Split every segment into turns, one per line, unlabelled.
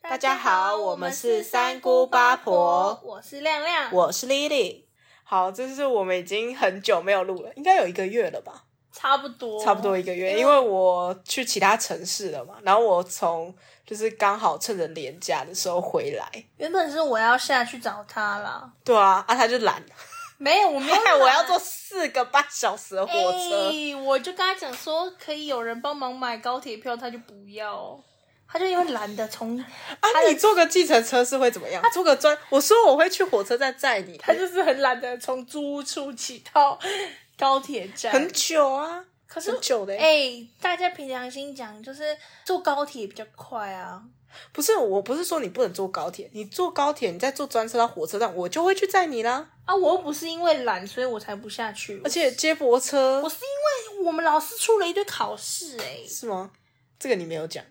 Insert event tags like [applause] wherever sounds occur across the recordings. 大家好，我们是三姑八婆，
我是亮亮，
[laughs] 我是 Lily。好，这是我们已经很久没有录了，应该有一个月了吧，
差不多，
差不多一个月，因为我去其他城市了嘛，然后我从就是刚好趁着年假的时候回来，
原本是我要下去找他啦，
对啊，啊他就 [laughs] 懒，
没有，我没有
[laughs] 害
懒，
我要坐四个半小时的火车，
哎我就跟他讲说，可以有人帮忙买高铁票，他就不要，他就因为懒得从，
啊，你坐个计程车是会怎么样？坐个专，我说我会去火车站载你，
他就是很懒得从租屋处骑到高铁站，
很久啊，
可是
很久的、
哎、大家凭良心讲，就是坐高铁比较快啊，
不是，我不是说你不能坐高铁，你坐高铁，你再坐专车到火车站，我就会去载你啦。
啊，我又不是因为懒，所以我才不下去，
而且接驳车
我是因为我们老师出了一堆考试、哎。
是吗？这个你没有讲。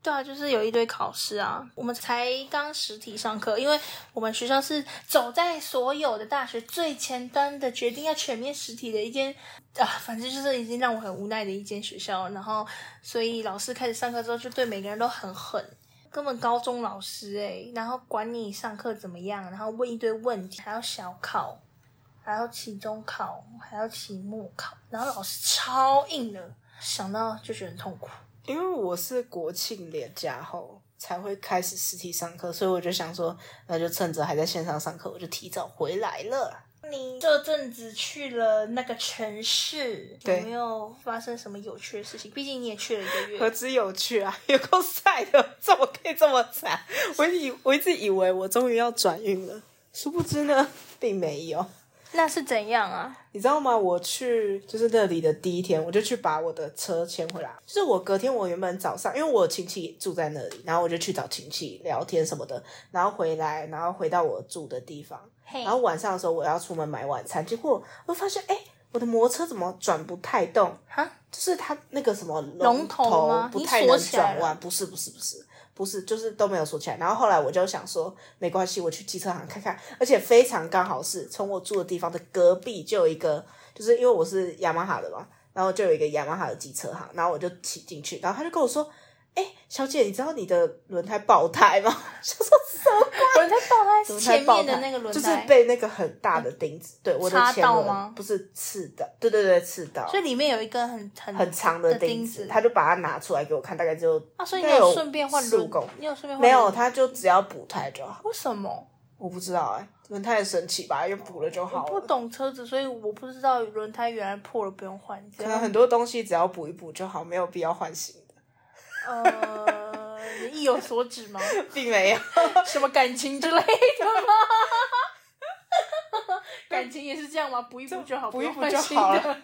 对啊，就是有一堆考试啊，我们才刚实体上课，因为我们学校是走在所有的大学最前端的，决定要全面实体的一间啊，反正就是已经让我很无奈的一间学校。然后，所以老师开始上课之后，就对每个人都很狠，根本高中老师诶、然后管你上课怎么样，然后问一堆问题，还要小考，还要期中考，还要期末考，然后老师超硬的，想到就觉得很痛苦。
因为我是国庆连假后才会开始实体上课，所以我就想说，那就趁着还在线上上课，我就提早回来了。
你这阵子去了那个城市，有
对
没有发生什么有趣的事情？毕竟你也去了一个
何
月，
止有趣啊， [laughs] 有够晒的，怎么可以这么惨？我以我一直以为我终于要转运了，殊不知呢，并没有。
那是怎样啊？
你知道吗？我去就是那里的第一天，我就去把我的车牵回来。就是我隔天，我原本早上，因为我有亲戚住在那里，然后我就去找亲戚聊天什么的，然后回来，然后回到我住的地方，
嘿
然后晚上的时候我要出门买晚餐，结果我发现，哎、我的摩托车怎么转不太动？
哈，
就是它那个什么
龙头吗
不
你
太
锁
能
起来
转
了
弯，不是不是不是不是，就是都没有锁起来。然后后来我就想说，没关系，我去机车行看看，而且非常刚好是从我住的地方的隔壁就有一个，就是因为我是雅马哈的嘛，然后就有一个雅马哈的机车行，然后我就骑进去，然后他就跟我说。哎、小姐，你知道你的轮胎爆胎
[laughs]
吗？ [laughs] 想说什么
轮胎爆胎是
轮胎
前
爆
面
胎
的那个轮
就是
胎，
被那个很大的钉子，对我的
插
前
到
轮
吗
不是刺到，对对对，刺到，
所以里面有一根很很
很长
嗯的
的钉
子。
他就把它拿出来给我看，大概就
啊，所以
应
你
该有
顺便换
四五
轮
公，
你有顺便换
没有，
轮
他就只要补胎就好。
为什么？
我不知道哎、轮胎很神奇吧，又补了就
我
好
不
了。
懂车子，所以我不知道轮胎原来破了不用换。这
可
样
能很多东西只要补一补就好，没有必要换新的，
呃，你意有所指
[laughs]
吗？
并没有。
[laughs] 什么感情之类的吗？
[laughs]
感情也是这样吗？补一补就好，
补一补
用
就
换新的 [laughs]
好了。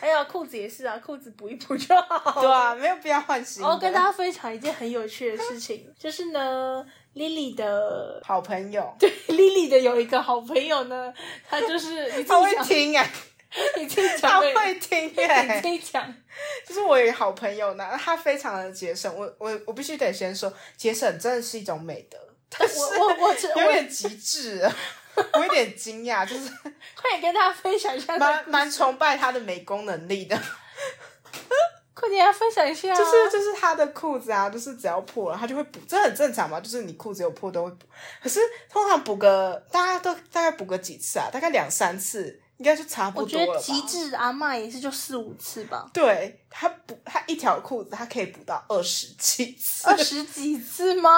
还有裤子也是啊，裤子补一补就
[laughs]
好。
[laughs] 对啊，没有必要换新的。
然后哦跟大家分享一件很有趣的事情，就是呢，Lily
[laughs]
的
好
[laughs]
朋友，
Lily 的有一个好朋友呢，她就是你自己
他会
讲，[laughs]
听哎、
你自己
他
讲，
会听哎、
你自己讲，
就是我有一个好朋友呢，他非常的节省。我我我必须得先说，节省真的是一种美德， [laughs] 但是
我我我只
有
我
点极致了。 [laughs] 我有点惊讶，就是
快点跟大家分享一下她的
蛮
故事，
蛮崇拜他的美工能力的，
快点啊分享一下啊，
[laughs] 就是就是他的裤子啊，就是只要破了，他就会补，这很正常嘛，就是你裤子有破都会补。可是通常补个大家都大概补个几次啊，大概两三次应该就差不
我
多
觉
了吧。
得极致阿嬷也是就四五次吧。
[laughs] 对他补他一条裤子，他可以补到二十七次， [laughs]
二十几次吗？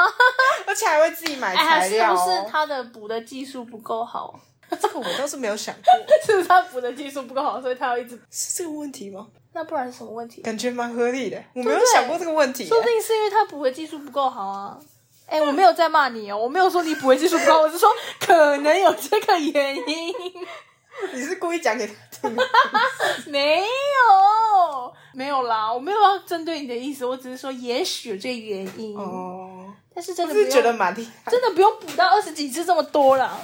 而且还会自己买
哎，
材
是
料、
不
哦。
是他的补的技术不够好？
这个我倒是没有想过，
[laughs] 是不是他补的技术不够好，所以他要一直？
是这个问题吗？
那不然是什么问题？
感觉蛮合理的，我没
对
有
不对
想过这个问题欸
[laughs]
耶、
说不定是因为他补的技术不够好啊。哎、我没有在骂你哦，我没有说你补的技术不 [laughs] 够，我是说可能有这个原因。
你是故意讲给他
[laughs]
听的？
没有，没有啦，我没有要针对你的意思，我只是说也许有这个原因，
哦，
但是真
我
的
是
不
觉得
用
蛮厉害，
真的不用补到二十几次这么多啦。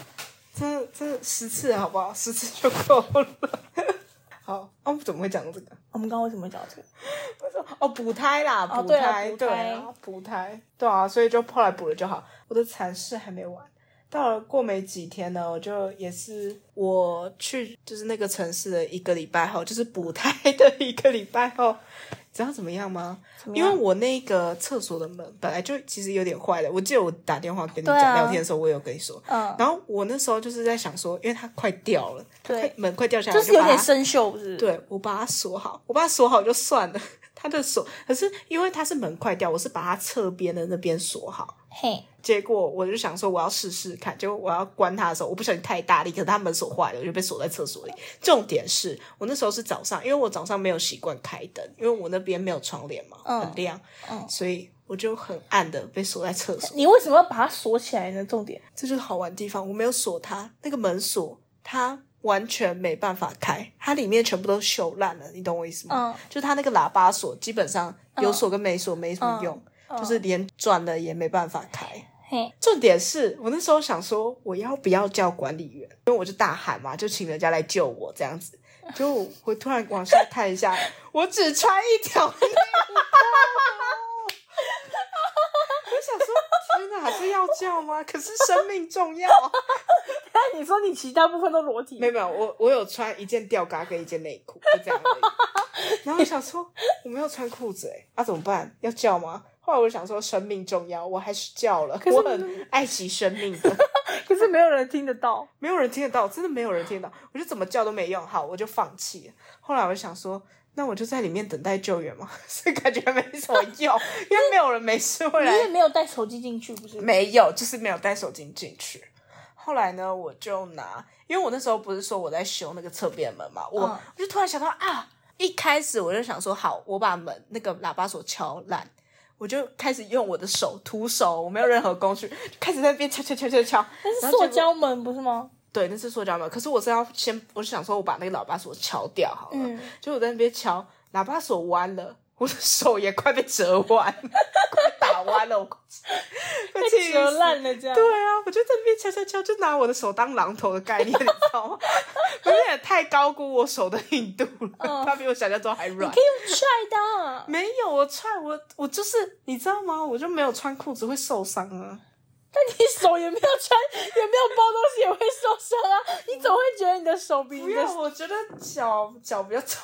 这这十次好不好？十次就够了。 [laughs] 好，哦，我们怎么会讲到这个？
我们刚刚为什么会讲到这个？
哦，补胎啦，
哦
补
对啊
胎，
补
对
胎
啊，补胎，对啊，所以就后来补了就好。我的惨事还没完，到了过没几天呢，我就也是我去就是那个城市的一个礼拜后，就是补胎的一个礼拜后，你知道怎么样吗？
怎么
因
样
为我那个厕所的门本来就其实有点坏了，我记得我打电话跟你
对
讲、
啊
聊天的时候，我有跟你说。
嗯，
然后我那时候就是在想说，因为它快掉了，
对
快门快掉下来，
就是
我
有
把它
点生锈，是不是？，
对我把它锁好，我把它锁好就算了。 [laughs] 它的锁，可是因为它是门快掉，我是把它侧边的那边锁好。
嘿，
结果我就想说我要试试看，结果我要关它的时候，我不小心太大力，可是它门锁坏了，我就被锁在厕所里。重点是我那时候是早上，因为我早上没有习惯开灯，因为我那边没有窗帘嘛，
嗯
很亮，
嗯
所以我就很暗的被锁在厕所。
你为什么要把它锁起来呢？重点，
这就是好玩的地方，我没有锁它，那个门锁它完全没办法开，它里面全部都锈烂了，你懂我意思吗？
嗯，
就它那个喇叭锁，基本上有锁跟没锁没什么用，
嗯
就是连转了也没办法开。
嘿，
重点是我那时候想说，我要不要叫管理员？因为我就大喊嘛，就请人家来救我这样子。就我我突然往下看一下， [laughs] 我只穿一条内裤。我想说，天哪，这要叫吗？可是生命重要。
[laughs] 那你说你其他部分都裸体
没有没有，我我有穿一件吊嘎跟一件内裤，就这样而已。然后我想说，我没有穿裤子哎，啊怎么办？要叫吗？后来我想说，生命重要，我还是叫了。
是
我很爱惜生命的。
可是没有人听得到。
没有人听得到，真的没有人听得到，我就怎么叫都没用，好，我就放弃了。后来我就想说，那我就在里面等待救援 [laughs] 嘛，所以感觉没什么
[laughs]
用，因为没有人没事会
你
来
也没有带手机进去，不是？
没有，就是没有带手巾进去。后来呢，我就拿，因为我那时候不是说我在修那个侧边门嘛，我、
嗯
我就突然想到啊，一开始我就想说，好，我把门那个喇叭锁敲烂，我就开始用我的手徒手，我没有任何工具，就开始在那边敲敲敲敲敲，
那是
然后
塑
结果
胶门不是吗？
对，那是塑胶门。可是我是要先，我是想说，我把那个喇叭锁敲掉好了。
嗯
就我在那边敲，喇叭锁弯了，我的手也快被折弯， [laughs] 快被打弯了，
[laughs]
我快
被
气死
折烂了这样。
对啊，我就在那边敲敲敲，就拿我的手当榔头的概念，你知道吗？我有点太高估我手的硬度了，
嗯
它比我想象中还软
可。以用踹的啊，
没有，我踹我我就是你知道吗？我就没有穿裤子会受伤啊。
[laughs] 但你手也没有穿，也没有包东西，也会受伤啊。你总会觉得你的手比
不
你
要
的，
我觉得脚脚比较重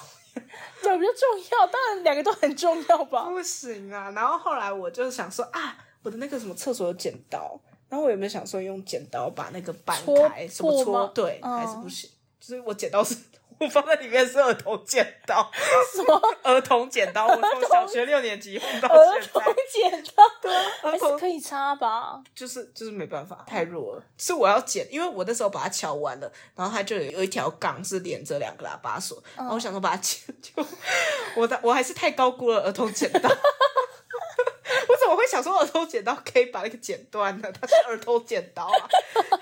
脚比较重要？当然两个都很重要吧。
不行啊！然后后来我就想说啊，我的那个什么厕所有剪刀，然后我有没有想说用剪刀把那个板
戳
开什么
破
戳
吗？
对，
嗯
还是不行。就是我剪刀是我放在里面是儿童剪刀，
什么
儿童剪刀，我从小学六年级用到
儿
现
童
在。
剪刀？
对啊，儿
还是
童
可以插吧？
就是就是没办法，太弱了。是我要剪，因为我那时候把它敲弯了，然后它就有有一条杠是连着两个喇叭锁，然后我想说把它剪，就我的我还是太高估了儿童剪刀。 [laughs] 我怎么会想说儿童剪刀可以把那个剪断呢？它是儿童剪刀啊，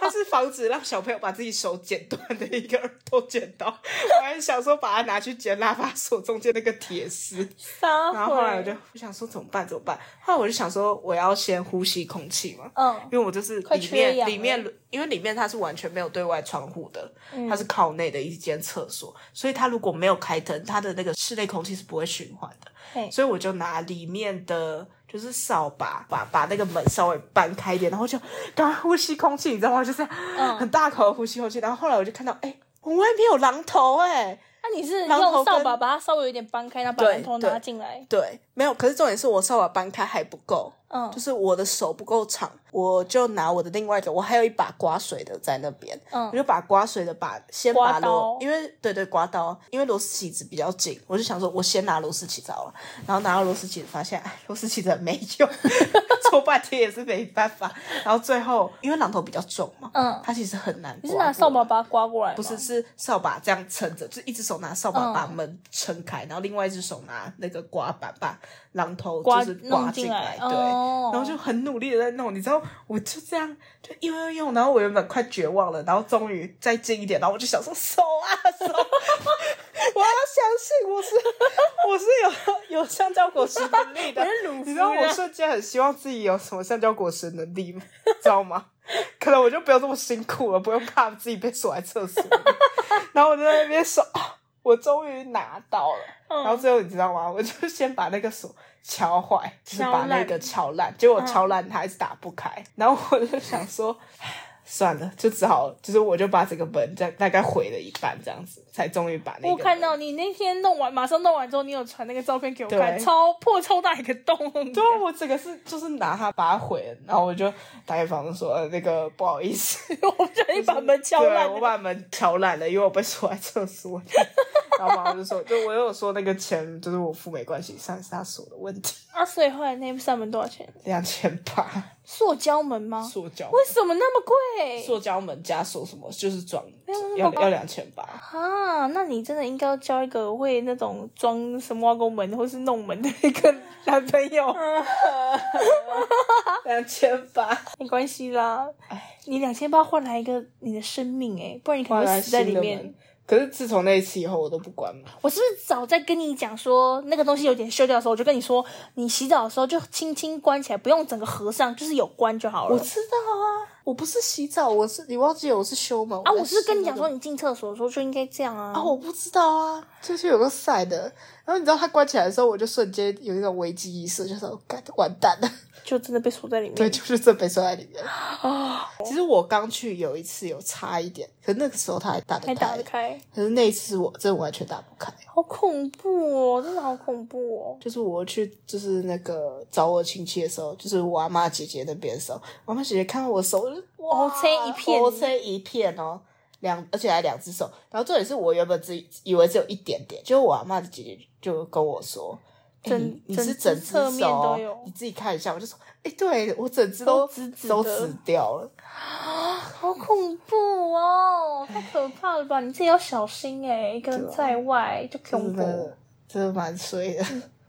它是防止让小朋友把自己手剪断的一个儿童剪刀。我还想说把它拿去剪喇叭锁中间那个铁丝。
撒
然
谎。
后后来我就我想说怎么办怎么办？后来我就想说我要先呼吸空气嘛，
嗯
因为我就是
快
里
缺
面
氧
里面，因为里面它是完全没有对外窗户的，
嗯
它是靠内的一间厕所，所以它如果没有开灯，它的那个室内空气是不会循环
嘿
的。所以我就拿里面的就是扫把，把把那个门稍微搬开一点，然后就刚呼吸空气，你知道吗？就是
嗯
很大口的呼吸空气。然后后来我就看到，哎、我外面有榔头、哎。
那你是
榔头
用扫
跟
把把它稍微有点搬开，然后把
对
榔头
对
拿进来。
对，没有。可是重点是我扫把搬开还不够，
嗯
就是我的手不够长，我就拿我的另外一个，我还有一把刮水的在那边，
嗯
我就把刮水的把先
刮
把
刀
螺，因为对对刮刀，因为螺丝起子比较紧，我就想说我先拿螺丝起子好了，然后拿到螺丝起子发现哎螺丝起子很没用， [laughs] 搓半天也是没办法，然后最后因为榔头比较重嘛，
嗯
它其实很难刮过来，
你是拿扫把把它刮过来吗？
不是，是扫把这样撑着，就一只手拿扫把把门撑开，然后另外一只手拿那个刮板把榔头
刮
就是刮
弄
进
进来
对，
哦
然后就很努力的在弄，你知道，我就这样就用用用，然后我原本快绝望了，然后终于再近一点，然后我就想说手啊手， [laughs] 我要相信我是 [laughs] 我是有有橡胶果实能力的
我是鲁，夫啊
你知道我
人
瞬间很希望自己有什么橡胶果实能力吗？知道吗？ [laughs] 可能我就不用这么辛苦了，不用怕自己被锁在厕所里。 [laughs] 然后我就在那边手，啊我终于拿到了。
嗯
然后最后你知道吗？我就先把那个锁敲坏，就是
敲
把
烂嗯
那个敲烂，结果敲烂它还是打不开。然后我就想说，唉 [sighs] 算了，就只好就是我就把这个本大大概毁了一半这样子，才终于把那个
我看到你那天弄完，马上弄完之后，你有传那个照片给我看，
对
超破超大一个洞。
对啊，我整个是就是拿它把它毁了，然后我就打给房东说、呃、那个不好意思，
[laughs] 我不小心把门敲烂
对啊我
了。
把门敲烂了，因为我被锁在厕 [laughs] 所里。然后房东就说，就我有说那个钱就是我付没关系，算是他锁的问题，
啊，所以后来那扇门多少钱？
两千八，
塑胶门吗？
塑胶
为什么那么贵？
塑胶门加锁什么，就是装
那
要
么高
要两千八。
啊，那你真的应该要交一个会那种装什么挖沟门或是弄门的一个男朋友。
两千八，
没关系啦，你两千八换来一个你的生命哎、不然你可能
换来
会死在
新
里
的
面
门。。可是自从那一次以后，我都不关门。
我是不是早在跟你讲说那个东西有点锈掉的时候，我就跟你说，你洗澡的时候就轻轻关起来，不用整个合上，就是有关就好了。
知道啊，我不是洗澡，我是你忘记了我是修门
啊，我是跟你讲说，你进厕所的时候就应该这样啊。
啊，我不知道啊，就是有个晒的。然后你知道它关起来的时候，我就瞬间有一种危机意识，就想干完蛋了。 [laughs]
就真的被锁在里面。
对，就是这被收在里面。其实我刚去有一次有差一点，可那个时候它还打得
还打得
开，
开，
可是那一次我真的完全打不开。
好恐怖哦！真的好恐怖哦！
就是我去就是那个找我亲戚的时候，就是我阿妈姐姐那边的时候，我阿妈姐姐看到我手就哇，
哦这一片
哦这一片哦，两而且还两只手。然后重点是我原本只以为只有一点点，结果我阿妈的姐姐就跟我说。哎
整
你你是
整
整
只
只
侧面
手哦
都有
你自己看一下。我就说，哎、对我整只
都
都
紫紫
都
的
死掉了。
好恐怖哦，太可怕了吧！你自己要小心哎、一个人
对啊
在外就恐
真
怖
的。真的蛮衰的，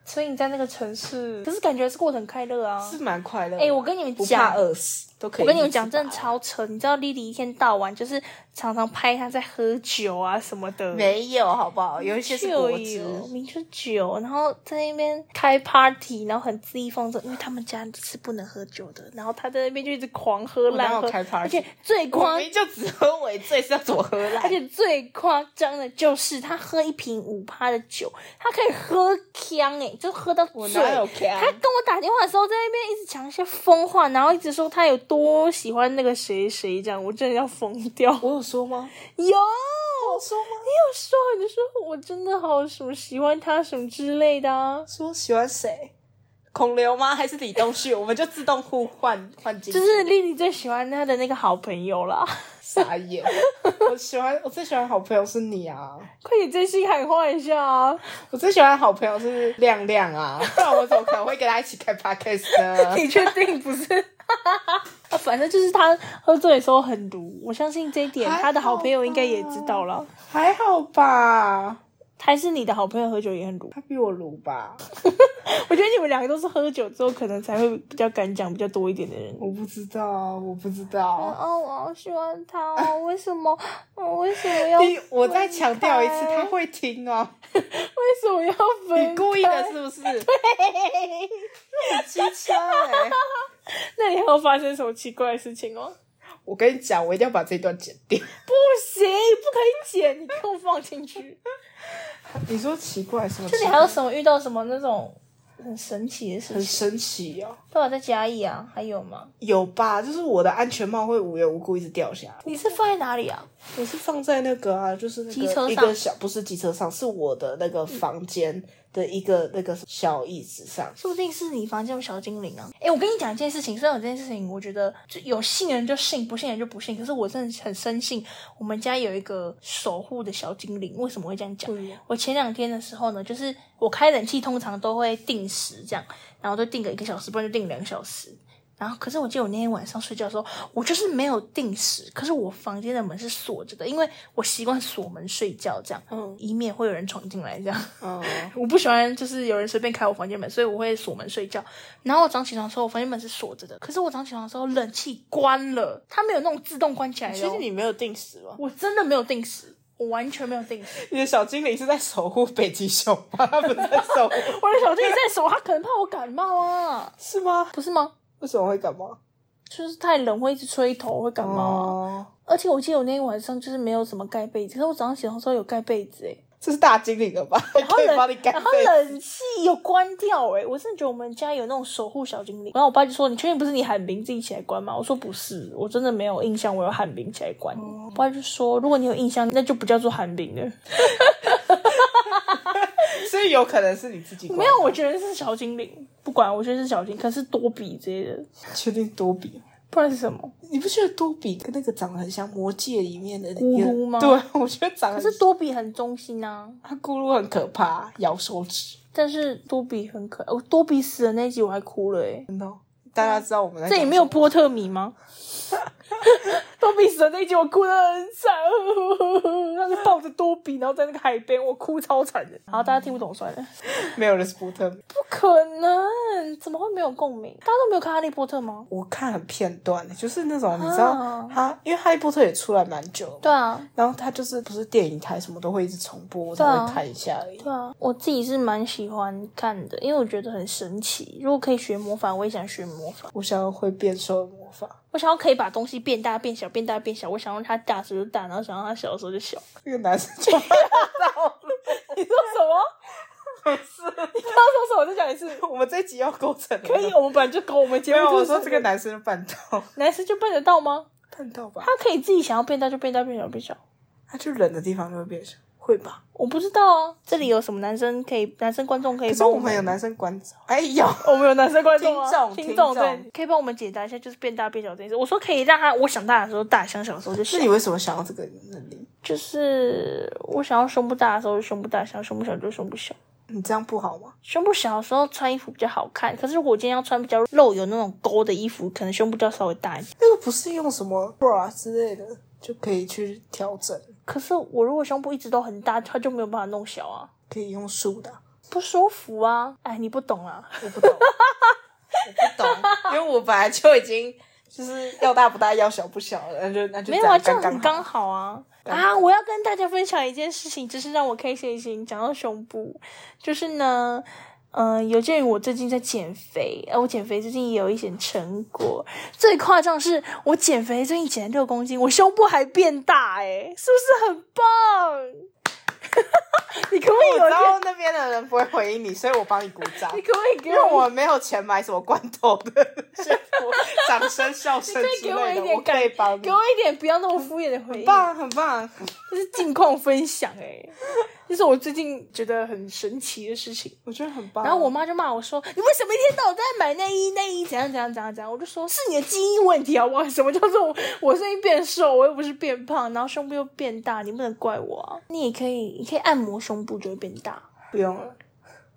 所以你在那个城市，可是感觉是过得很快乐啊。
[laughs] 是蛮快乐的。
哎、我跟你们
不
讲
怕，饿死，都可以。
我跟你们讲，真的超扯。你知道莉莉一天到晚就是常常拍她在喝酒啊什么的，
没有好不好？哦有一些是
就
果汁，
有明就是酒，然后在那边开 party，然后很恣意放纵，因为他们家是不能喝酒的，然后他在那边就一直狂喝
我哪
烂
有
喝，哦
开 party？
而且最
我
夸
明，明就只喝尾醉，是要怎么喝烂？
而且最夸张的就是他喝一瓶五趴的酒，他可以喝呛哎、就喝到
我
醉
哪。有 c
他跟我打电话的时候，在那边一直讲一些疯话，然后一直说他有多喜欢那个谁谁这样，我真的要疯掉。
我有说吗？
有，
我有说吗？
有时候你就说我真的好什么喜欢他什么之类的啊，
说喜欢谁？孔刘吗？还是李东旭？我们就自动互换换进去，
就是丽丽最喜欢他的那个好朋友啦。 [laughs]
傻眼。我喜欢我最喜欢的好朋友是你啊，
快点真心喊话一下啊！
我最喜欢的好朋友是亮亮啊，不然我怎么可能会跟他一起开 podcast 呢？
你确定不是？啊， [laughs] 反正就是他喝醉的时候很毒，我相信这一点，
还好
他的好朋友应该也知道了。
还好吧，
还是你的好朋友喝酒也很毒，
他比我鲁吧？
我觉得你们两个都是喝酒之后可能才会比较敢讲比较多一点的人。
我不知道啊，我不知道啊。
哦，我好喜欢他哦，为什么？我为什么要
第我再强调一次，
分开
他会听哦。
为什么要分？
你故意的是不是？ [laughs] 对，很机车哎、
那你还有发生什么奇怪的事情哦？
我跟你讲，我一定要把这一段剪掉。
不行，不可以剪，你给我放进去。 [laughs]
你说奇怪什么奇
就
怪？
你还有什么遇到什么那种很神奇的事
很
情？
神奇哦，
对啊，在嘉义啊，还有吗？
有吧？就是我的安全帽会无缘无故一直掉下来。
你是放在哪里啊？
我是放在那个啊，就是那个
机车上
一个小，不是机车上，是我的那个房间的一个那个小椅子上。
说不定是你房间有小精灵啊！哎、我跟你讲一件事情，虽然我这件事情，我觉得就有信人就信，不信人就不信。可是我真的很深信，我们家有一个守护的小精灵。为什么会这样讲？
嗯
我前两天的时候呢，就是我开冷气通常都会定时这样，然后就定个一个小时，不然就定两个小时。然后，可是我记得我那天晚上睡觉的时候，我就是没有定时，可是我房间的门是锁着的，因为我习惯锁门睡觉这样，
嗯
以免会有人闯进来这样。
嗯，
[laughs] 我不喜欢就是有人随便开我房间门，所以我会锁门睡觉。然后我早上起床的时候，我房间门是锁着的，可是我早上起床的时候冷气关了，它没有那种自动关起来
其
的、
实
哦。
你没有定时吧？
我真的没有定时，我完全没有定时。
你的小精灵是在守护北极熊吗？他不是在守 [laughs] 护，
[laughs] 我的小弟 [laughs] 在手，他可能怕我感冒啊，
是吗？
不是吗？
为什么会感冒？
就是太冷会一直吹头，会感冒啊、
哦
而且我记得我那天晚上就是没有什么盖被子，可是我早上起床的时候有盖被子诶、欸
这是大精灵了吧？
然后
可以帮你
冷，
改
然后
费。
冷气有关掉哎、我真的觉得我们家有那种守护小精灵。然后我爸就说：“你确定不是你喊名字一起来关吗？”我说：“不是，我真的没有印象，我有喊名起来关。
哦
我爸就说：“如果你有印象，那就不叫做喊名了。
所以有可能是你自己关
没有，我觉得是小精灵，不管，我觉得是小精灵，可能是多比之类的，
确定多比。
不然是什么？
你不觉得多比跟那个长得很像《魔戒》里面的
咕
那
噜
个
吗
对，我觉得长
可
得
是多比很忠心啊，
他咕噜很可怕，咬手指。
但是多比很可爱。哦，多比死的那一集我还哭了哎、
真的哦，大家知道我们在
这里
讲
没有
什么
波特迷 [laughs] 吗？多比死的那一集我哭得很惨，他就抱着多比，然后在那个海边，我哭超惨的。然后大家听不懂算了，
没有人是波特，
不可能，怎么会没有共鸣？大家都没有看《哈利波特》吗？
我看很片段的，就是那种你知道
啊
他，因为哈利波特也出来蛮久了嘛，
对啊，
然后他就是不是电影台什么都会一直重播，我才
对啊
会看一下而已。
对啊，我自己是蛮喜欢看的，因为我觉得很神奇。如果可以学魔法，我也想学魔法。
我想要会变瘦的魔法，
我想要可以把东西变大、变小、变大、变小。我想让它大的时候就大，然后想让它小的时候就小。
那个男生 [laughs] 就
[laughs] 你说什么？ [laughs] 你刚刚说什么？再讲一次。
我们这一集要构成了
可以，我们本来就搞我们节
[laughs] 没
目。
有，
就
我
是
说这个男生办 [laughs] 到
男生就办得到吗？
办到吧
他，可以自己想要变大就变大，变小变小。
他去冷的地方就会变瘦，会吧？
我不知道啊，这里有什么男生可以，男生观众可以
可是
帮
我
我
哎们有男生关照，哎呦，
我们有男生观众吗？
听众
听
听
众
众
对，可以帮我们解答一下，就是变大变小这件事。我说可以让他，我想大的时候大，想小的时候就小
[laughs] 那。你为什么想要这个能力？
就是我想要胸部大的时候就胸部大，想要胸部小就胸部小。
你这样不好吗？
胸部小的时候穿衣服比较好看，可是如果我今天要穿比较露有那种沟的衣服，可能胸部就要稍微大一点。
那个不是用什么 bra 之类的就可以去调整，
可是我如果胸部一直都很大，它就没有办法弄小啊。
可以用竖的啊、
不舒服啊！哎，你不懂 [laughs] 啊，
我不懂，我不懂，因为我本来就已经就是要大不大，要小不小了，那就那就
没
这
有啊，
样
这样
刚
很
刚
刚
好。
好啊。
刚
啊，我要跟大家分享一件事情，就是让我开心一心。讲到胸部，就是呢，呃，有鉴于我最近在减肥，呃，我减肥最近也有一点成果。最夸张的是，我减肥最近减了六公斤，我胸部还变大、哎，是不是很棒？ [laughs] 你可不可以有一
然
天？
后那边的人不会回应你，所以我帮你鼓掌
你，可不可以给
因为
我
我没有钱买什么罐头
[laughs]
的幸福掌声、笑声
可以
之
给我
类
一
的，
点
我可以帮你
给。我一点不要那么敷衍的回应？
棒，很棒！
这是近况分享哎、这是我最近觉得很神奇的事情。
我觉得很棒。
然后我妈就骂我说：“你为什么一天到晚都在买内衣内衣怎样怎样怎样怎样？”我就说：“是你的基因问题好不好？什么叫做我我最近变瘦，我又不是变胖，然后胸部又变大，你不能怪我啊！你也可以，你可以按摩胸部就会变大，
不用了，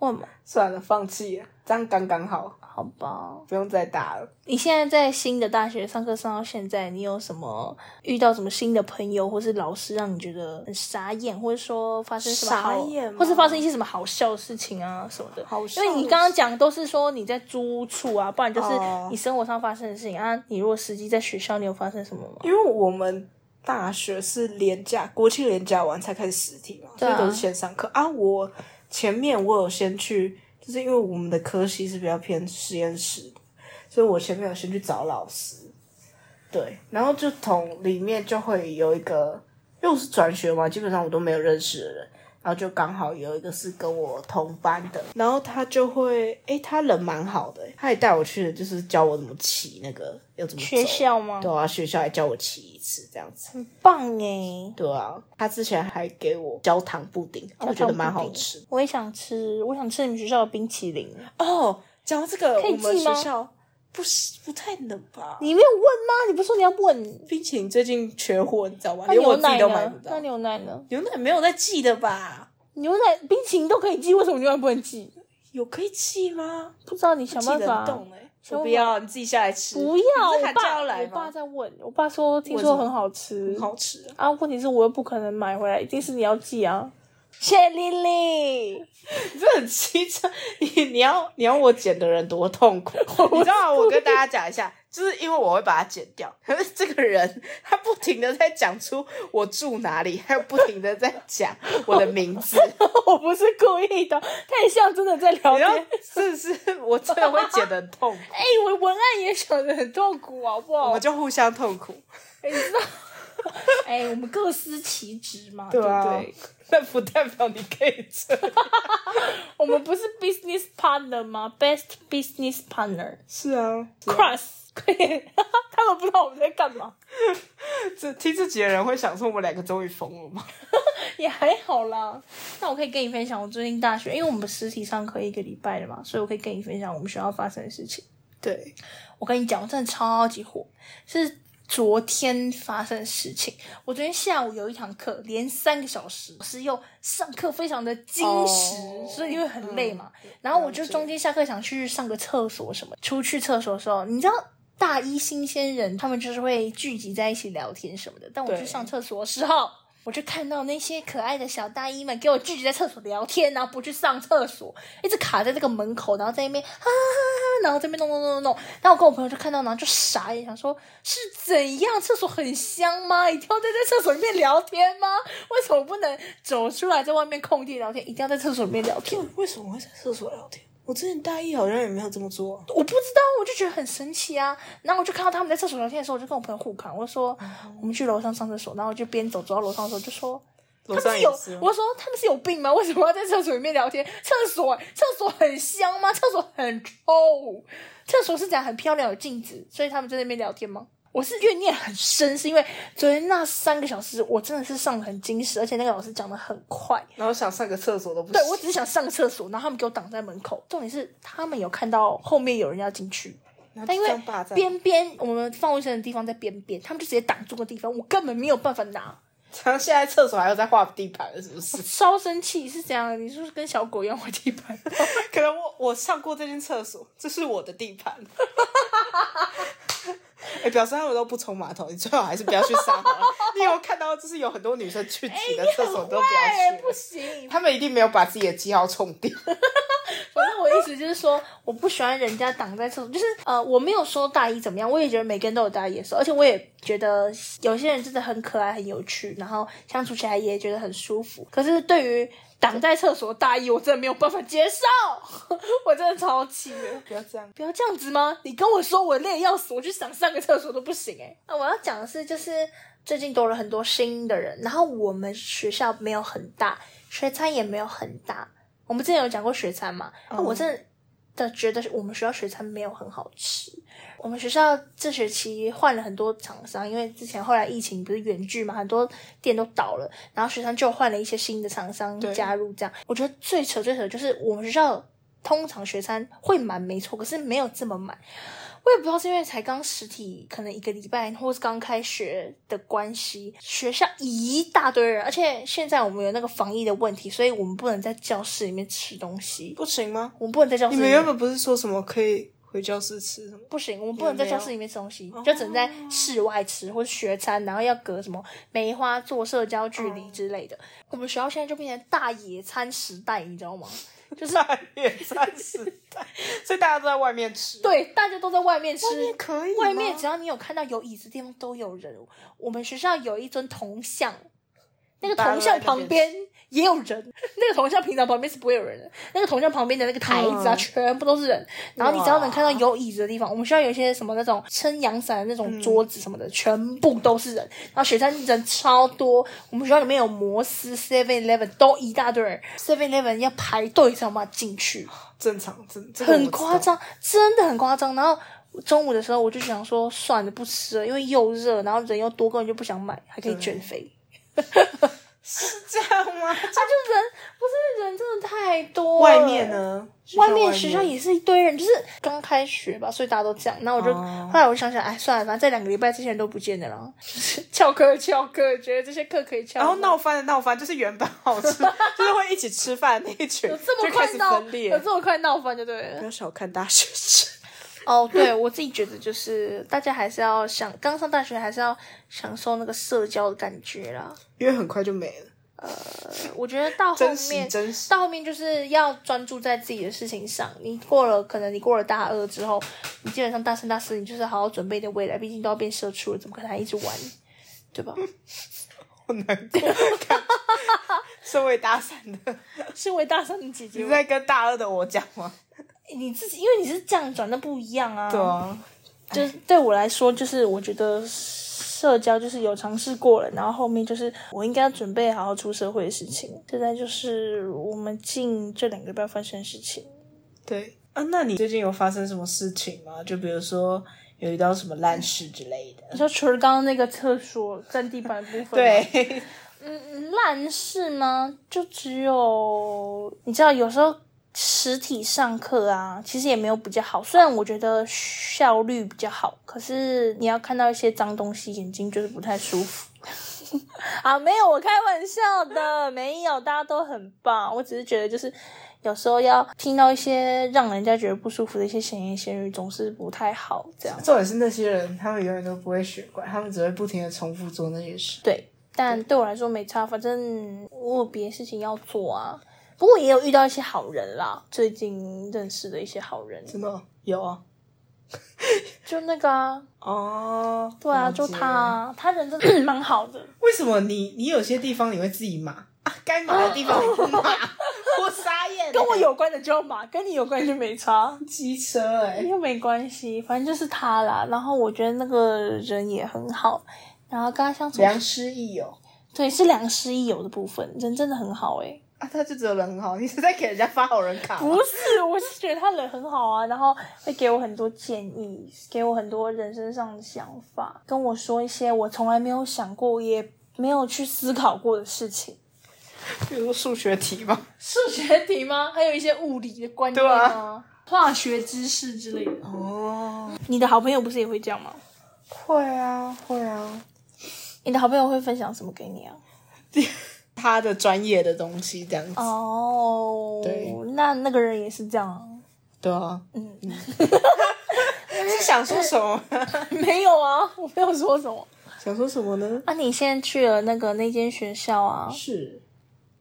为什么？
算了，放弃了，这样刚刚好，
好啊吧。”
不用再打了。
你现在在新的大学上课上到现在，你有什么遇到什么新的朋友或是老师，让你觉得很傻眼，或者说发生什么好
傻眼，吗
或是发生一些什么好笑的事情啊什么的？
好
因
笑
为你刚刚讲都是说你在租屋处啊，不然就是
哦
你生活上发生的事情、啊。你如果实际在学校，你有发生什么吗？
因为我们大学是连假，国庆连假完才开始实体嘛，
对
所
啊
以都是线上课啊。我前面我有先去，就是因为我们的科系是比较偏实验室的，所以我前面有先去找老师，对，然后就从里面就会有一个，因为我是转学嘛，基本上我都没有认识的人。然后就刚好有一个是跟我同班的，然后他就会，诶，他人蛮好的，他也带我去，就是教我怎么骑那个，要怎么
学
走
校吗？
对啊，学校还教我骑一次这样子。
很棒欸诶。
对啊，他之前还给我焦糖布丁，我觉得蛮好吃。
我也想吃，我想吃你们学校的冰淇淋。啊
哦，讲到这个，
可以
我们
寄吗
学校不是不太能吧？
你没有问吗？你不是说你要问？
冰淇淋最近缺货，你知道吗？
那
连
牛
我自己
奶
都买
呢
不？到
那。牛奶呢？
牛奶没有在寄的吧？
牛奶冰淇淋都可以寄，为什么牛奶不能寄？
有可以寄吗？
不知道你想
寄
办
冷
法。
冻哎，
想
我不
办法
要，你自己下来吃。
不要，
你
我
是寒假
爸
要来
我爸
吗？
在问，我爸说听说很好吃
很好吃啊！
啊，问题是我又不可能买回来，一定是你要寄啊。谢谢丽丽，
你这很凄惨，你你要你要我剪的人多痛 [laughs] 苦，你知道吗？我跟大家讲一下，就是因为我会把它剪掉，可是这个人他不停的在讲出我住哪里，还有不停的在讲我的名 [laughs] 字，
[laughs] 我不是故意的，太像真的在聊
你知道
天。
是不是？我真的会剪的很痛苦，
哎、我文案也想的很痛苦，好不
我
好
们？就互相痛苦。
哎你知道 [laughs] 哎、我们各司其职嘛，对
对啊
不对？
但不代表你可以这样。
我们不是 business partner 吗？Best business partner，cross，
是啊，
快点！ [laughs] 他们不知道我们在干嘛，
这听自己的人会想说我们两个终于疯了吗？
[laughs] 也还好啦。那我可以跟你分享我最近大学，因为我们实体上课一个礼拜了嘛，所以我可以跟你分享我们学校发生的事情。
对，
我跟你讲，我真的超级火，是昨天发生的事情。我昨天下午有一堂课，连三个小时，老师又上课非常的精实
哦嗯
所以因为很累嘛。然后我就
了解
中间下课想去上个厕所什么，出去厕所的时候，你知道。大一新鲜人，他们就是会聚集在一起聊天什么的。但我去
对
上厕所的时候，我就看到那些可爱的小大一们给我聚集在厕所聊天，然后不去上厕所，一直卡在这个门口，然后在那边啊，然后这边弄弄弄弄弄。然后我跟我朋友就看到，然后就傻眼，想说是怎样？厕所很香吗？一定要在这厕所里面聊天吗？为什么不能走出来在外面空地聊天？一定要在厕所里面聊天？
为什么会在厕所聊天？我之前大一好像也没有这么做、啊
我不知道，我就觉得很神奇啊。然后我就看到他们在厕所聊天的时候，我就跟我朋友互看，我就说我们去楼上上厕所，然后我就边走走到楼上的时候就说。他
楼
们
上
是
也
有
是，啊吗，
我说他们是有病吗？为什么要在厕所里面聊天？厕所，厕所很香吗？厕所很臭，厕所是讲很漂亮有镜子，所以他们在那边聊天吗？我是怨念很深，是因为昨天那三个小时我真的是上得很精实，而且那个老师讲的很快。
然后想上个厕所都不行
对，我只是想上个厕所，然后他们给我挡在门口。重点是他们有看到后面有人要进去，
然后
但因
就
为
这样霸占，
边边我们放卫生的地方在边边，他们就直接挡住个地方，我根本没有办法拿。
然后现在厕所还有在画地盘了，是不是？
超生气是怎样？你是不是跟小狗一样会地板？
[laughs] 可能我我上过这间厕所，这是我的地盘。 [laughs] 哎、表示他们都不冲马桶，你最好还是不要去上好了。 [laughs] 你有看到就是有很多女生去挤的厕所欸都不
哎、
要去，
不行！
他们一定没有把自己的记号冲 [laughs] 掉。
反正我意思就是说，我不喜欢人家挡在厕所。就是呃，我没有说大一怎么样，我也觉得每个人都有大一的时候，而且我也觉得有些人真的很可爱、很有趣，然后相处起来也觉得很舒服。可是对于挡在厕所的大一，我真的没有办法接受， [laughs] 我真的超气的。
不要这样，
不要这样子吗？你跟我说我累得要死，我去想上个厕所都不行哎、那我要讲的是，就是最近多了很多新的人，然后我们学校没有很大，学餐也没有很大。我们之前有讲过学餐嘛？那、我真的觉得我们学校学餐没有很好吃。我们学校这学期换了很多厂商，因为之前后来疫情不是远距嘛，很多店都倒了，然后学生就换了一些新的厂商
对
加入，这样我觉得最扯最扯的就是我们学校通常学餐会满没错，可是没有这么满。我也不知道是因为才刚实体，可能一个礼拜，或是刚开学的关系，学校一大堆人，而且现在我们有那个防疫的问题，所以我们不能在教室里面吃东西，
不行吗？
我们不能在教室
你
里
们
面。
原本不是说什么可以回教室吃什么？
不行，我们不能在
也没有哦
教室里面吃东西，就只能在室外吃或是学餐，然后要隔什么梅花做社交距
嗯
离之类的。我们学校现在就变成大野餐时代，你知道吗？就是
大 [laughs] 野餐时代，所以大家都在外面吃。，
对，大家都在外面吃，
外面可以吗
外面只要你有看到有椅子的地方都有人。我们学校有一尊铜像，那个
大家
铜
都
像
在那
旁
边
边也有人。 [laughs] 那个铜像平常旁边是不会有人的，那个铜像旁边的那个台子啊，
嗯
全部都是人。然后你只要能看到
哇
有椅子的地方，我们学校有一些什么那种撑阳伞的那
嗯
种桌子什么的，全部都是人。然后学生人超多，我们学校里面有摩斯、Seven Eleven 都一大堆人，Seven Eleven 要排队才有办法进去。
正常，真这个我
很
知道
夸。张，真的很夸张。然后中午的时候，我就想说，算了，不吃了，因为又热，然后人又多，根本就不想买，还可以减肥。
这样吗？
他就人不是人，真的太多。
外面？呢？
外面学校也是一堆人，就是刚开学吧，所以大家都这样。然后我就、
哦
后来我就想想，哎，算了，反正这两个礼拜这些人都不见了啦，就是 [laughs] 翘课翘课，觉得这些课可以翘。
然后闹翻的闹翻，就是原本好吃，就是会一起吃饭那一群，
有这么
就
快
开始
闹，
分裂
有。这么快闹翻就对了
不。要小看大学生，
哦，对我自己觉得就是大家还是要享，刚上大学还是要享受那个社交的感觉啦。
因为很快就没了。
我觉得到后
珍惜
面，
珍惜，
到后面就是要专注在自己的事情上。你过了，可能你过了大二之后，你基本上大三、大四，你就是好好准备你的未来，毕竟都要变社畜了，怎么可能还一直玩，对
[laughs]
吧？
好难过。看身为大三的，
身为大三的姐姐，
你是在跟大二的我讲吗？
你自己，因为你是这样转，那不一样啊。
对啊，
就是对我来说，就是我觉得。社交就是有尝试过了，然后后面就是我应该要准备好好出社会的事情。现在就是我们近这两个月发生的事情。
对啊，那你最近有发生什么事情吗？就比如说有遇到什么烂事之类
你
的？
说除了刚刚那个厕所占地板的部分，，
对，
嗯，烂事吗？就只有你知道，有时候实体上课啊，其实也没有比较好。虽然我觉得效率比较好，可是你要看到一些脏东西，眼睛就是不太舒服。 [laughs] 啊，没有，我开玩笑的，没有，大家都很棒。我只是觉得，就是有时候要听到一些让人家觉得不舒服的一些闲言闲语，总是不太好。这样
重点是那些人，他们永远都不会学乖，他们只会不停的重复做那些事。
对，但对我来说没差，反正我有别的事情要做啊。不过也有遇到一些好人啦，最近认识的一些好人，
真的哦有啊，
就那个啊，
哦，
对啊，
了解
就他、啊，他人真的 [coughs] 蛮好的。
为什么你你有些地方你会自己骂啊？该骂的地方你不骂， [laughs] 我傻眼欸。
跟我有关的就要骂，跟你有关就没
[laughs]
差，
机车哎、
又没关系，反正就是他啦。然后我觉得那个人也很好，然后跟他相处，
良师益友
对，是良师益友的部分，人真的很好欸诶、
啊，他就只有人很好，你是在给人家发好人卡吗？
不是，我是觉得他人很好啊，然后会给我很多建议，给我很多人生上的想法，跟我说一些我从来没有想过，也没有去思考过的事情。
比如说数学题吧。
数学题吗？还有一些物理的观念
对
啊，化学知识之类的。
哦，
你的好朋友不是也会这样吗？
会啊，会啊，
你的好朋友会分享什么给你啊？
他的专业的东西这样子，
哦
对，
那那个人也是这样啊？
对啊，
嗯，
是想说什么？
[laughs] 没有啊，我没有说什么。
想说什么呢？
啊，你现在去了那个那间学校啊？
是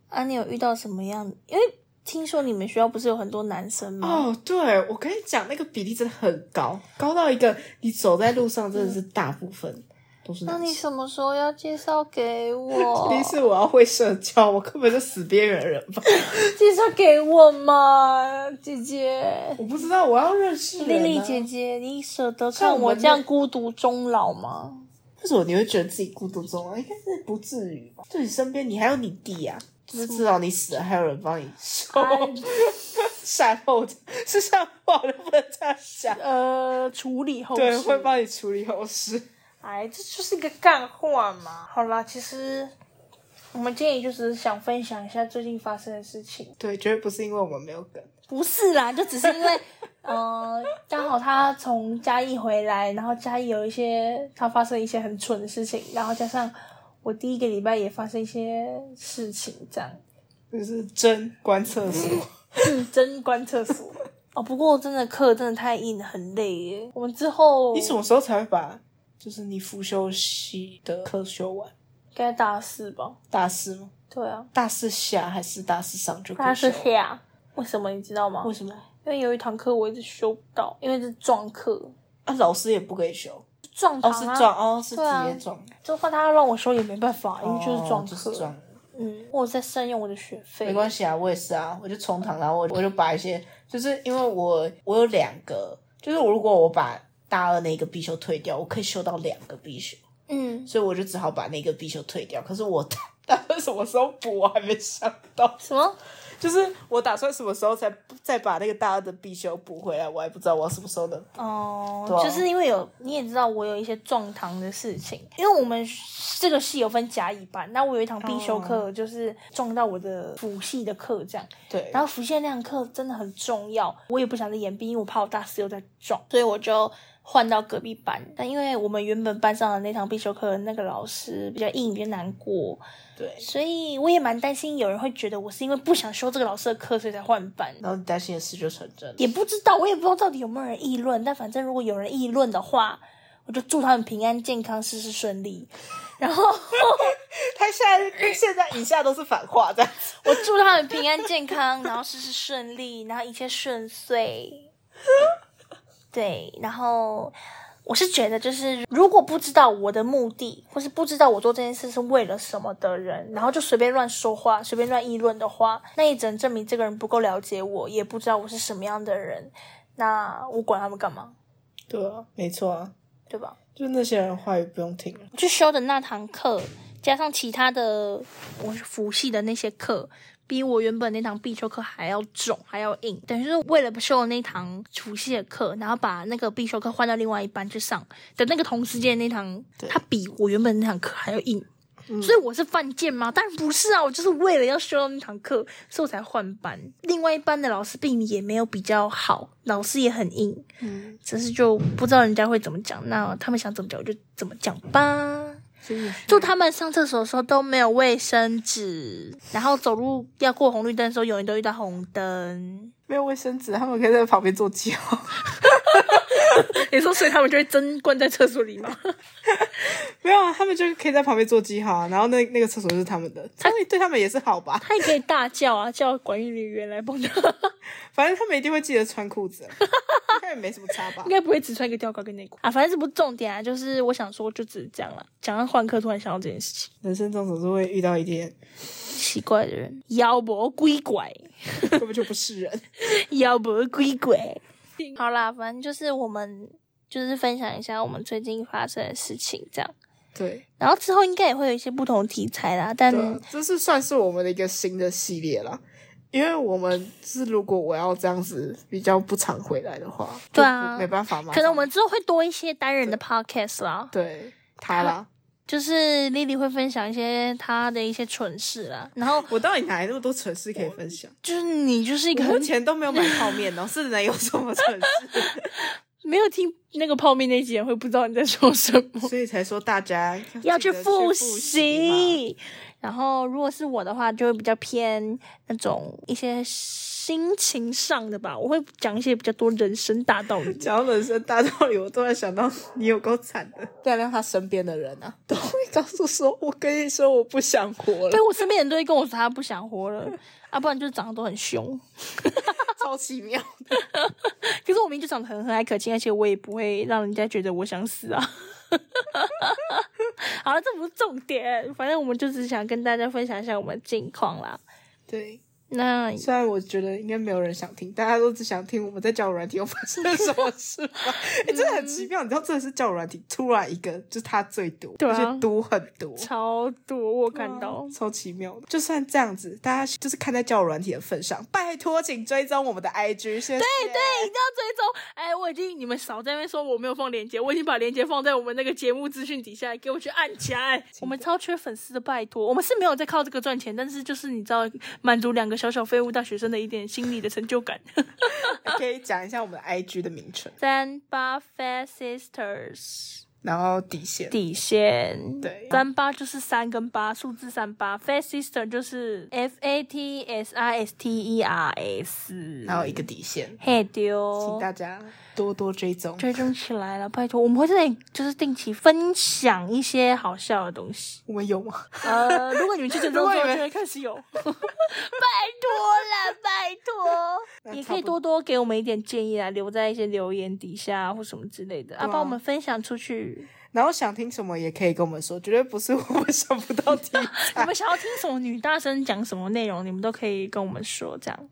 啊，你有遇到什么样的？因为听说你们学校不是有很多男生吗？
哦，对，我跟你讲，那个比例真的很高，高到一个你走在路上真的是大部分都是
那
男
你
生。
什么时候要介绍给
第 [laughs]
我
一？次我要会社交，我根本就死边缘人吧？ [laughs]
介绍给我嘛，姐姐，
我不知道，我要认识人、啊。
丽丽姐姐，你舍得
像
看
我
我
们
这样孤独终老吗？
为什么你会觉得自己孤独终老？应该是不至于吧？就你身边，你还有你弟啊，就是至少你死了还有人帮你收
啊
善后，是善后，我就不能这样
[laughs]
讲。
呃，处理后
对，
事
会帮你处理后事。
哎，这就是一个干话嘛。好啦，其实我们今天也就只是想分享一下最近发生的事情。
对，绝对不是因为我们没有梗。
不是啦，就只是因为， [laughs] 呃，刚好他从嘉义回来，然后嘉义有一些他发生一些很蠢的事情，然后加上我第一个礼拜也发生一些事情，这 [laughs] 样
就是真关厕所，
认真关厕所。哦，不过真的课真的太硬了，很累耶。我们之后
你什么时候才会把就是你辅修系的课修完？
应该大四吧？
大四吗？
对啊，
大四下还是大四上就可以
大四
修
下。为什么你知道吗？
为什么？
因为有一堂课我一直修不到，因为是撞课，
啊，老师也不可以修。
撞堂
哦，
啊
是撞，哦，是直
对啊
接撞，
就换他让我修也没办法，因为哦就是
撞，
撞
就
课。
是撞。
嗯，我有在善用我的学费。
没关系啊，我也是啊，我就重躺，然后我我就把一些，就是因为我我有两个，就是我如果我把大二那个必修退掉，我可以修到两个必修，
嗯，
所以我就只好把那个必修退掉。可是我打算什么时候补，我还没想到，
什么？
就是我打算什么时候才再把那个大二的必修补回来，我还不知道我要什么时候能。
哦、
对啊
就是因为有你也知道我有一些撞堂的事情，因为我们这个系有分甲乙班，那我有一堂必修课
哦
就是撞到我的辅系的课这样，
对，
然后辅系那堂课真的很重要，我也不想再延毕，因为我怕我大四又在撞，所以我就。换到隔壁班，但因为我们原本班上的那堂必修课那个老师比较硬，比较难过，
对，
所以我也蛮担心有人会觉得我是因为不想修这个老师的课，所以才换班。
然后你担心的事就成真了。
也不知道，我也不知道到底有没有人议论。但反正如果有人议论的话，我就祝他们平安健康、事事顺利。然后
他现在现在以下都是反话这样 [laughs] 子。
我祝他们平安健康，然后事事顺利，然后一切顺遂。对，然后我是觉得，就是如果不知道我的目的，或是不知道我做这件事是为了什么的人，然后就随便乱说话、随便乱议论的话，那也只能证明这个人不够了解我，也不知道我是什么样的人。那我管他们干嘛，
对啊，没错啊。
对吧？
就那些人话语不用听了。
我去修的那堂课，加上其他的我是辅系的那些课，比我原本那堂必修课还要重，还要硬。等于是为了修那堂辅系的课，然后把那个必修课换到另外一班去上的那个同时间的那堂，
对
它比我原本那堂课还要硬。所以我是犯贱吗？当然不是啊，我就是为了要修到那堂课，所以我才换班。另外一班的老师并也没有比较好，老师也很硬，
嗯，
只是就不知道人家会怎么讲，那他们想怎么讲我就怎么讲吧。
所以
就他们上厕所的时候都没有卫生纸，然后走路要过红绿灯的时候，永远都遇到红灯。
没有卫生纸，他们可以在旁边做记号。
[laughs] 你说，所以他们就会真关在厕所里吗？
[laughs] 没有啊，他们就可以在旁边做记号啊，然后那那个厕所就是他们的， [laughs] 他们对他们也是好吧？
他也可以大叫啊，叫管理员来帮他， [laughs]
反正他们一定会记得穿裤子， [laughs] 应该也没什么差吧
应？该不会只穿一个吊高跟内裤啊。反正这不是重点啊，就是我想说，就只是这样了。讲到换课，突然想到这件事情，
人生中总是会遇到一点
奇怪的人，妖魔鬼怪。
根本就不是人。
妖魔鬼怪。 [laughs] 好啦，反正就是我们就是分享一下我们最近发生的事情这样，
[laughs] 对，
然后之后应该也会有一些不同题材啦，但
对啊，这是算是我们的一个新的系列啦。因为我们是，如果我要这样子比较不常回来的话，就
对啊
不没办法嘛。
可能我们之后会多一些单人的 podcast 啦，
对他
啊
啦，
就是莉莉会分享一些她的一些蠢事啦，然后
我到底哪来那么多城市可以分享？
就是你就是一个
我目
很
前都没有买泡面哦，是能有什么城
[laughs]
市？
没有听那个泡面那集人会不知道你在说什么。
所以才说大家
要
记
去
得复
复
嘛。。
习。然后如果是我的话，就会比较偏那种一些心情上的吧，我会讲一些比较多人生大道理
讲到人生大道理，我突然想到你有够惨的。亮啊亮他身边的人啊，都会告诉说：“我跟你说，我不想活
[laughs]
了
对。我身边人都会跟我说他不想活了，啊，不然就长得都很凶。”
超奇妙。
可是我明明就长得很和蔼可亲，而且我也不会让人家觉得我想死啊。 [laughs] 好了，这不是重点，反正我们就只想跟大家分享一下我们的近况啦。
对，
那
虽然我觉得应该没有人想听，大家都只想听我们在交友软体又发生了什么事吧。
[laughs]
哎、真的很奇妙，你知道，真的是交友软体突然一个，就是他最多，
对啊
而且多很多。
超多我看到，
超奇妙的，就算这样子，大家就是看在交友软体的份上，拜托请追踪我们的 IG，谢谢。对对，
一定要追踪。哎，我已经你们少在那边说我没有放链接，我已经把链接放在我们那个节目资讯底下，给我去按起来。我们超缺粉丝的，拜托，我们是没有在靠这个赚钱，但是就是你知道，满足两个小小废物大学生的一点心理的成就 [laughs] 感。
可以讲一下我们的 IG 的名称，
三八 Fat Sisters
然后底线。
底线，
对
三八就是三跟八，数字三八，Fat Sister 就是 F A T S I S T E R S，
然后一个底线，
嘿丢，
请大家多多追踪。
追踪起来了，拜托，我们会在就是定期分享一些好笑的东西。
我们有吗？
[laughs]
[laughs]
呃，如果你们去追
如
踪
果
之
你
后，
们
就会开始有，拜托啦，拜托，
那
[laughs] 也
差
可以
不多
多多给我们一点建议啊，留在一些留言底下或什么之类的啊，
对啊
帮我们分享出去。
然后想听什么也可以跟我们说，绝对不是我们想不到题
你
材。
们想要听什么女大生讲什么内容，你们都可以跟我们说，这样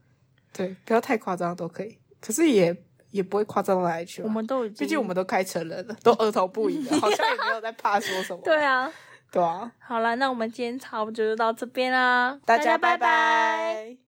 对，不要太夸张都可以，可是也也不会夸张到哪里去啊。
我们都已经，
毕竟我们都开成人了，都儿童不宜了，好像也没有在怕说什么。
对啊。
对啊，
好啦，那我们今天差不多就到这边啦，
大家拜
拜
拜